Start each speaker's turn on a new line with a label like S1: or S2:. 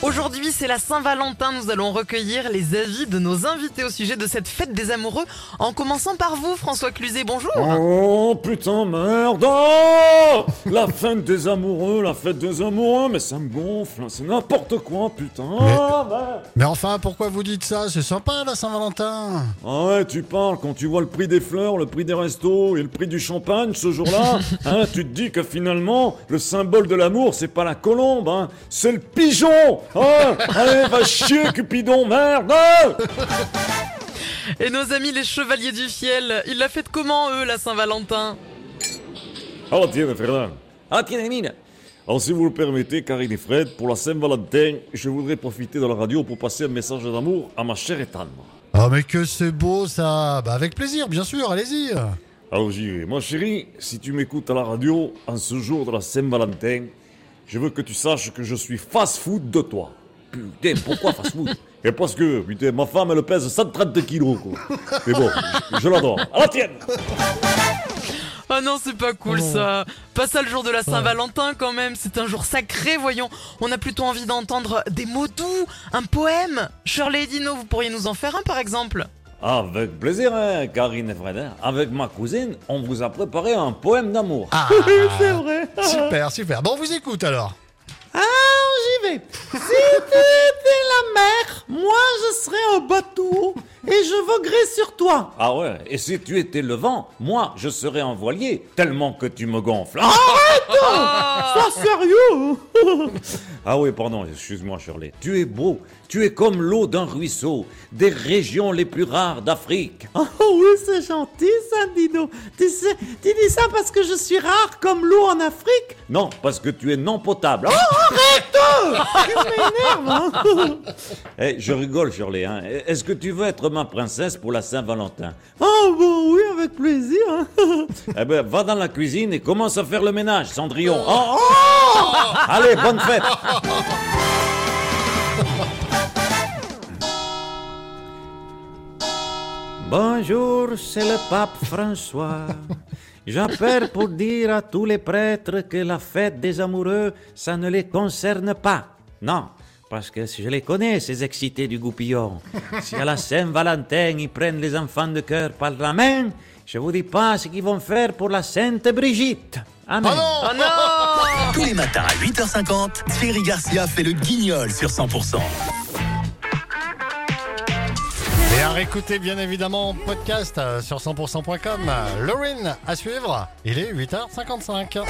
S1: Aujourd'hui, c'est la Saint-Valentin. Nous allons recueillir les avis de nos invités au sujet de cette fête des amoureux, en commençant par vous, François Cluzet. Bonjour.
S2: Oh putain merde oh La fête des amoureux, la fête des amoureux, mais ça me gonfle, hein, c'est n'importe quoi putain Ah, merde.
S3: Mais enfin, pourquoi vous dites ça C'est sympa la Saint-Valentin.
S2: Ah ouais, tu parles quand tu vois le prix des fleurs, le prix des restos et le prix du champagne ce jour-là, hein, tu te dis que finalement, le symbole de l'amour, c'est pas la colombe, hein, c'est le pigeon hein. Allez, va chier Cupidon, merde Oh,
S1: Et nos amis les Chevaliers du Fiel, ils la fêtent comment, eux, la Saint-Valentin
S2: Oh tiens, Fernand
S4: Ah tiens, Emile
S2: Alors, si vous le permettez, Karine et Fred, pour la Saint-Valentin, je voudrais profiter de la radio pour passer un message d'amour à ma chère Ethan.
S3: Oh mais que c'est beau ça Bah avec plaisir, bien sûr, allez-y.
S2: Alors j'y vais. Ma chérie, si tu m'écoutes à la radio en ce jour de la Saint-Valentin, je veux que tu saches que je suis fast-food de toi.
S4: Putain, pourquoi fast food
S2: Et parce que, putain, ma femme, elle pèse 130 kilos, quoi. Mais bon, je, je l'adore. À la tienne
S1: Ah non, c'est pas cool ça. Pas ça le jour de la Saint-Valentin quand même. C'est un jour sacré, voyons. On a plutôt envie d'entendre des mots doux, un poème. Shirley et Dino, vous pourriez nous en faire un par exemple
S2: Avec plaisir, hein, Karine et Fred. hein. Avec ma cousine, on vous a préparé un poème d'amour.
S3: Ah, Super, super. Bon, on vous écoute alors.
S5: Alors j'y vais. Si tu étais la mer, moi je serais un bateau et je voguerais sur toi.
S2: Ah ouais, et si tu étais le vent, moi, je serais un voilier, tellement que tu me gonfles. Ah
S5: Sois sérieux
S2: Ah oui, pardon, excuse-moi Shirley. Tu es beau, tu es comme l'eau d'un ruisseau, des régions les plus rares d'Afrique.
S5: Oh oui, c'est gentil ça, Dino. Tu sais, tu dis ça parce que je suis rare comme l'eau en Afrique. Oh,
S2: Non, parce que tu es non potable.
S5: Énerve, hein.
S2: Eh, je rigole Shirley, hein. est-ce que tu veux être ma princesse pour la Saint-Valentin
S5: Oh bon, oui, avec plaisir. hein.
S2: Eh ben, va dans la cuisine et commence à faire le ménage, Cendrillon. Oh, oh Allez, bonne fête
S4: Bonjour, c'est le pape François. J'appelle pour dire à tous les prêtres que la fête des amoureux, ça ne les concerne pas. Non, parce que je les connais, ces excités du goupillon. Si à la Saint-Valentin, ils prennent les enfants de cœur par la main, je vous dis pas ce qu'ils vont faire pour la Sainte Brigitte. Amen.
S1: Oh non
S6: Tous les matins à 8h50, Thierry Garcia fait le guignol sur 100%.
S3: Et à réécouter bien évidemment en podcast euh, sur 100%.com. Lorraine à suivre, il est 8h55.